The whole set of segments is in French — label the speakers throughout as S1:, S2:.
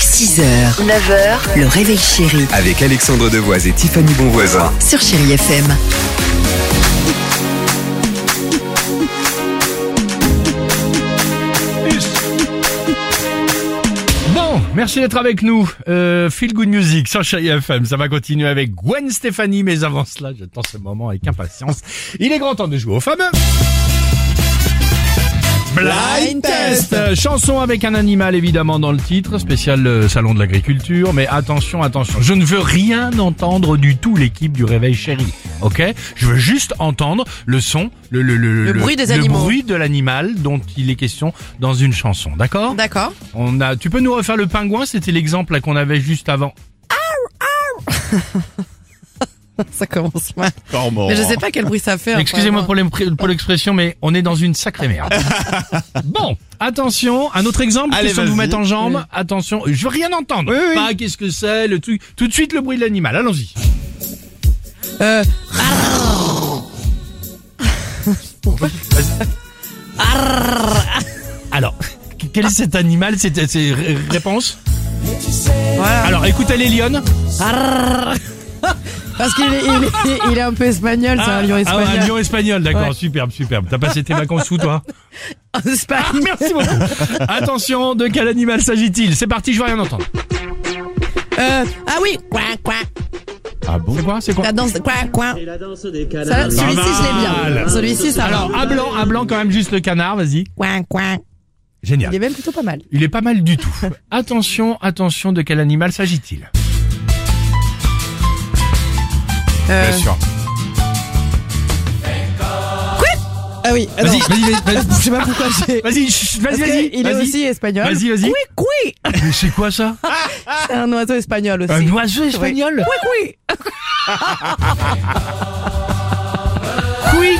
S1: 6h, 9h, le réveil chéri
S2: Avec Alexandre Devoise et Tiffany Bonvoisin.
S1: sur Chérie FM.
S3: Bon, merci d'être avec nous. Euh, Feel Good Music sur Chéri FM. Ça va continuer avec Gwen Stéphanie, mais avant cela, j'attends ce moment avec impatience. Il est grand temps de jouer au fameux. Blind Test Chanson avec un animal évidemment dans le titre, spécial euh, salon de l'agriculture, mais attention, attention, je ne veux rien entendre du tout l'équipe du Réveil Chéri, ok Je veux juste entendre le son, le, le, le, le-
S4: bruit des
S3: le
S4: animaux.
S3: bruit de l'animal dont il est question dans une chanson, d'accord
S4: D'accord.
S3: On a. Tu peux nous refaire le pingouin C'était l'exemple là, qu'on avait juste avant.
S4: Ça commence mal. Mais je sais pas quel bruit ça fait. enfin, moi.
S3: Excusez-moi pour l'impré- pour l'expression, mais on est dans une sacrée merde. bon, attention, un autre exemple.
S5: Allez,
S3: question de vous
S5: vas-y.
S3: mettre en jambe. Attention, je veux rien entendre. Pas qu'est-ce que c'est, le truc. Tout de suite le bruit de l'animal. Allons-y.
S4: Euh,
S3: Alors, quel est cet animal C'est c'est- ré- réponse.
S4: voilà.
S3: Alors, écoutez les lionnes.
S4: Parce qu'il est, il est- il est un peu espagnol, c'est un lion
S3: Ah,
S4: espagnol.
S3: un lion espagnol, d'accord.
S4: Ouais.
S3: Superbe, superbe. T'as passé tes vacances où, toi
S4: En Espagne.
S3: Merci beaucoup. Attention, de quel animal s'agit-il C'est parti, je veux rien entendre.
S4: Euh, ah oui, coin, coin.
S3: Ah bon C'est quoi C'est quoi
S4: La danse, coin, coin. Ça, Celui-ci, je l'ai bien. Celui-ci, ça
S3: Alors, ah.
S4: va.
S3: à blanc, à blanc quand même, juste le canard, vas-y.
S4: Coin, coin. Il est
S3: Génial.
S4: même plutôt pas mal.
S3: Il est pas mal du tout. attention, attention, de quel animal s'agit-il
S4: Euh,
S3: sûr.
S4: ah oui,
S3: Vas-y,
S4: attends.
S3: vas-y, vas-y,
S4: Je sais pas pourquoi j'ai.
S3: vas-y, chut,
S4: Parce
S3: vas-y, vas-y.
S4: que Il est
S3: vas-y.
S4: aussi Ah, espagnol.
S3: Vas-y, vas-y. Ah.
S4: Oui, oui.
S3: Mais c'est quoi ça
S4: C'est un oiseau espagnol aussi.
S3: Un oiseau
S4: Oui.
S3: espagnol
S4: Oui,
S3: Cui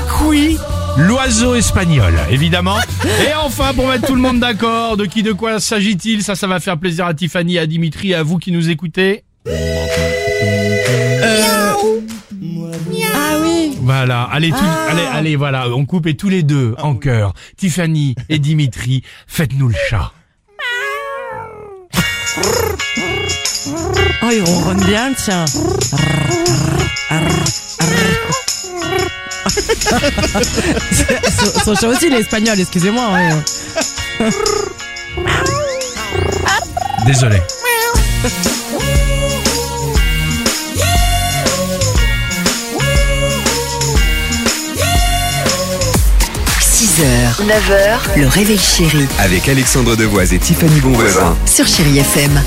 S3: cui L'oiseau espagnol, évidemment. Et enfin, pour mettre tout le monde d'accord, de qui de quoi s'agit-il Ça, ça va faire plaisir à Tiffany, à Dimitri, à vous qui nous écoutez.
S4: oui. Euh, Ah oui.
S3: Voilà, allez, tout- allez, allez, voilà, on coupe et tous les deux en cœur. Tiffany et Dimitri, faites-nous le chat.
S4: Oh, il ronronne bien, tiens. son, son chat aussi, il est espagnol, excusez-moi. hein.
S3: Désolé.
S1: heures, 9h, le réveil chéri
S2: Avec Alexandre Devoise et Tiffany Bonvoisin.
S1: sur Chérie FM.